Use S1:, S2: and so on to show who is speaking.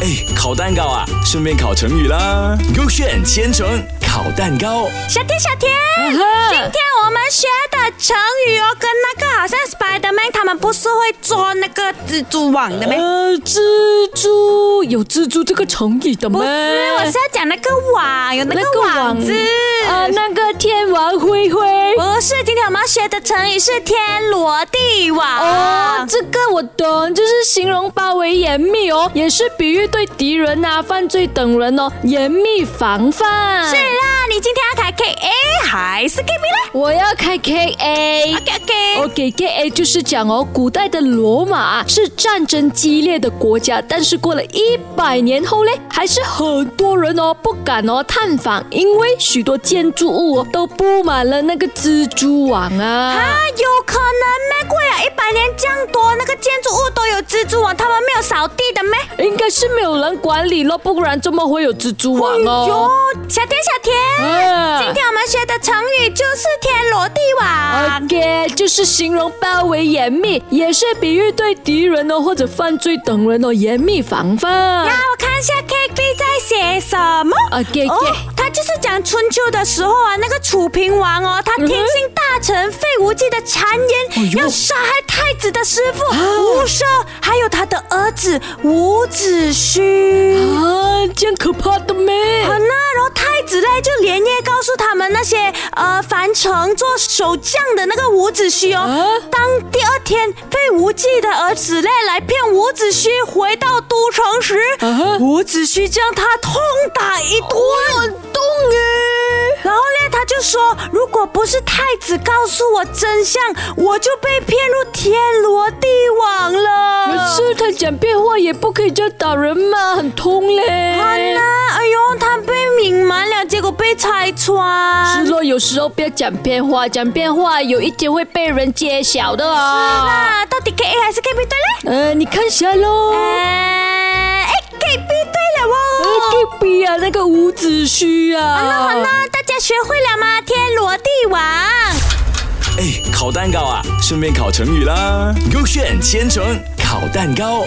S1: 哎，烤蛋糕啊，顺便烤成语啦。勾选千层烤蛋糕，
S2: 小天，小天，
S3: 嗯
S2: 今天我们学的成语哦，跟那个好像 Spiderman 他们不是会做那个蜘蛛网的吗？
S3: 呃，蜘蛛有蜘蛛这个成语的吗？
S2: 不是，我是要讲那个网，有那
S3: 那
S2: 个
S3: 个
S2: 网哦
S3: 网
S2: 子。
S3: 啊，那个天王灰灰。
S2: 不是，今天我们要学的成语是天罗地网。
S3: 哦，这个我懂，就是形容包围严密哦，也是比喻对敌人呐、犯罪等人哦严密防范。
S2: 是啦，你今天要开 K A 还是 K B 呢
S3: 我要开 K A。
S2: ？OK OK。
S3: 我给 K A 就是讲哦，古代的罗马、啊、是战争激烈的国家，但是过了一百年后嘞，还是很多人哦不敢哦探访，因为许多建筑物哦都布满了那个蜘蛛网啊。
S2: 啊，有可能咩？过啊了一百年这样多，那个建筑物都有蜘蛛网，他们没有扫地的咩？
S3: 应该是没有人管理咯，不然怎么会有蜘蛛网
S2: 哟
S3: 哦？，
S2: 哎小天小天，
S3: 啊
S2: 今天我们学的成语就是天罗地
S3: 哎
S2: 网。
S3: OK，就是形容包围严密，也是比喻对敌人哦或者犯罪等人哦严密防范。
S2: 那我看一下 K B 在写什么。
S3: OK，
S2: 哦，他就是讲春秋的时候啊，那个楚平王哦，他听信大臣费无忌的谗
S3: 嗯哎
S2: 言，要杀害太子的师傅
S3: 啊
S2: 吴奢，还有他的儿子伍子胥。
S3: 啊，这样可怕的咩？
S2: 好呢，然后太子嘞就连夜告诉他们那些呃樊城做守将的那个伍子胥哦
S3: 啊，
S2: 当第二天费无忌的儿子嘞来骗伍子胥回到都城时，
S3: 啊哦
S2: 伍子胥将他痛打一顿。
S3: 动哎！
S2: 然后呢，他就说，如果不是太子告诉我真相，我就被骗入天罗地网了。
S3: 可哎是他讲变话也不可以这样打人嘛，很痛
S2: 啊
S3: 嘞。
S2: 那，哎呦，他被隐瞒了，结果被拆穿
S3: 是。咯，有时候不要讲变话，讲变话有一天会被人揭晓的啊。
S2: 那到底 K A 还是 K B 对嘞？
S3: 呃，你看一下喽。
S2: 哎呃，哎，K B 对了
S3: 呃
S2: 哦。
S3: 对比啊，那个伍子胥啊。
S2: 好了好了，大家学会了吗？天罗地网。
S1: 哎，烤蛋糕啊，顺便烤成语啦。勾选千层烤蛋糕。